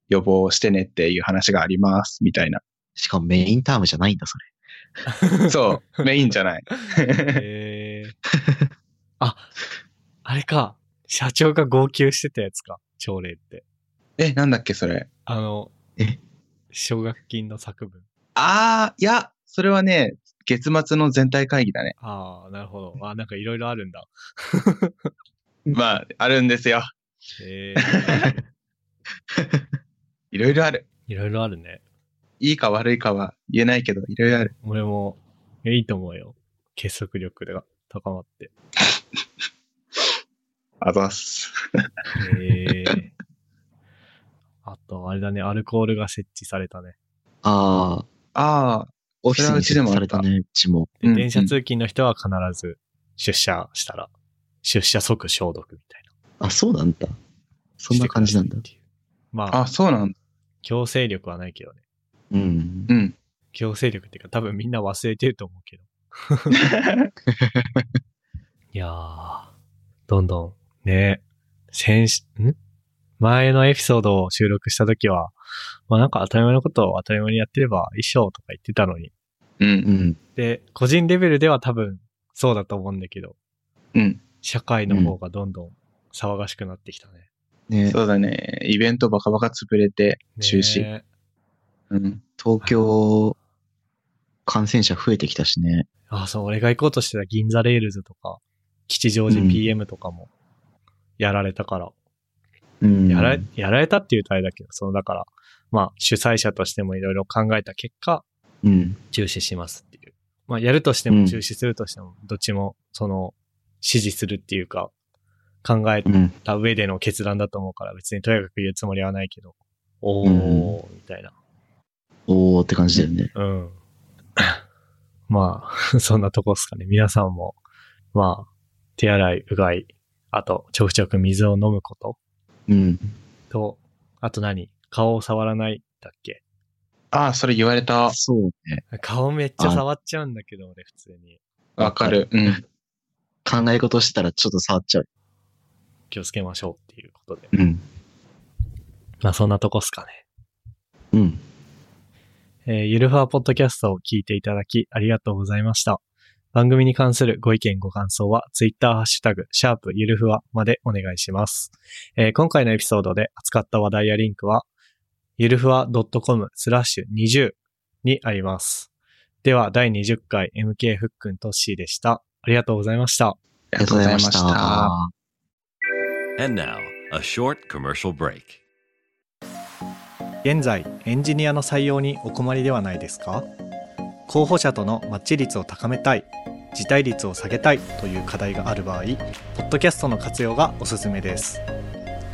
[SPEAKER 3] 予防をしてねっていう話があります、みたいな。
[SPEAKER 2] しかもメインタームじゃないんだ、それ。
[SPEAKER 3] そう、メインじゃない。
[SPEAKER 1] へえ。あ、あれか。社長が号泣してたやつか。朝礼って。
[SPEAKER 3] え、なんだっけ、それ。
[SPEAKER 1] あの
[SPEAKER 2] え、
[SPEAKER 1] 奨学金の作文。
[SPEAKER 3] あー、いや、それはね、月末の全体会議だね。
[SPEAKER 1] ああ、なるほど。あ、なんかいろいろあるんだ。
[SPEAKER 3] まあ、あるんですよ。
[SPEAKER 1] へえ。
[SPEAKER 3] いろいろある。
[SPEAKER 1] いろいろあるね。
[SPEAKER 3] いいか悪いかは言えないけど、いろいろある。
[SPEAKER 1] 俺も、いやいいと思うよ。結束力が高まって。
[SPEAKER 3] あざっす。
[SPEAKER 1] へえ。あと、あれだね、アルコールが設置されたね。
[SPEAKER 2] ああ、
[SPEAKER 3] あー、
[SPEAKER 2] オフィスに設置された
[SPEAKER 3] そ
[SPEAKER 2] ね、うちも。
[SPEAKER 1] で
[SPEAKER 3] うん
[SPEAKER 1] 電車通勤の人は必ず出社したら、出社即消毒みたいな。
[SPEAKER 2] あ、そうなんだ。そんな感じなんだ
[SPEAKER 1] し。てくさいっていう。まあ、
[SPEAKER 3] あ、そうなんだ。
[SPEAKER 1] 強制力はないけどね。
[SPEAKER 2] うん
[SPEAKER 3] う。ん。
[SPEAKER 1] 強制力っていうか多分みんな忘れてると思うけど。 いやー、どんどん、ね、先し、ん前のエピソードを収録した時は、まあなんか当たり前のことを当たり前にやってれば衣装とか言ってたのに。
[SPEAKER 3] う。
[SPEAKER 2] うんん。
[SPEAKER 1] で、個人レベルでは多分そうだと思うんだけど、
[SPEAKER 3] うん。
[SPEAKER 1] 社会の方がどんどん騒がしくなってきたね。
[SPEAKER 2] ね、
[SPEAKER 3] そうだね。イベントバカバカ潰れて、中止。
[SPEAKER 1] ね
[SPEAKER 3] うん。
[SPEAKER 2] 東京、感染者増えてきたしね。
[SPEAKER 1] あ、そう、俺が行こうとしてた銀座レールズとか、吉祥寺 PM とかも、やられたから。
[SPEAKER 3] うん
[SPEAKER 1] やられ、やられたっていうとあれだけど、その、だから、まあ、主催者としてもいろいろ考えた結果、
[SPEAKER 3] うん。
[SPEAKER 1] 中止しますっていう。まあ、やるとしても中止するとしても、どっちも、その、支持するっていうか、考え
[SPEAKER 3] うん。
[SPEAKER 1] た上での決断だと思うから、別にとやかく言うつもりはないけど、お
[SPEAKER 2] う
[SPEAKER 1] ー、みたいな。
[SPEAKER 2] おーって感じだよね。
[SPEAKER 1] うん。 まあ、 そんなとこっすかね。皆さんも、まあ、手洗い、うがい、あと、ちょくちょく水を飲むこと
[SPEAKER 2] うん。
[SPEAKER 1] と、あと何顔を触らないだっけ
[SPEAKER 3] ああ、それ言われた。
[SPEAKER 2] そうね。
[SPEAKER 1] 顔めっちゃ触っちゃうんだけど、俺普通に。
[SPEAKER 3] わかる。うん。
[SPEAKER 2] 考え事してたらちょっと触っちゃう。
[SPEAKER 1] 気をつけましょうっていうことで。
[SPEAKER 2] うん。
[SPEAKER 1] まあそんなとこっすかね。
[SPEAKER 2] うん。
[SPEAKER 1] えーゆるふわポッドキャストを聞いていただきありがとうございました。番組に関するご意見ご感想は、ツイッターハッシュタグ、シャープゆるふわまでお願いします。えー今回のエピソードで扱った話題やリンクは、ゆるふわ .com スラッシュ20にあります。では、第20回 MK ふっくんとっしーでした。ありがとうございました。
[SPEAKER 3] あ
[SPEAKER 2] ありがとうございまし
[SPEAKER 3] りがとうございました
[SPEAKER 2] た。
[SPEAKER 4] And now, a short commercial break.
[SPEAKER 1] 現在エンジニアの採用にお困りではないですか候補者とのマッチ率を高めたい辞退率を下げたいという課題がある場合ポッドキャストの活用がおすすめです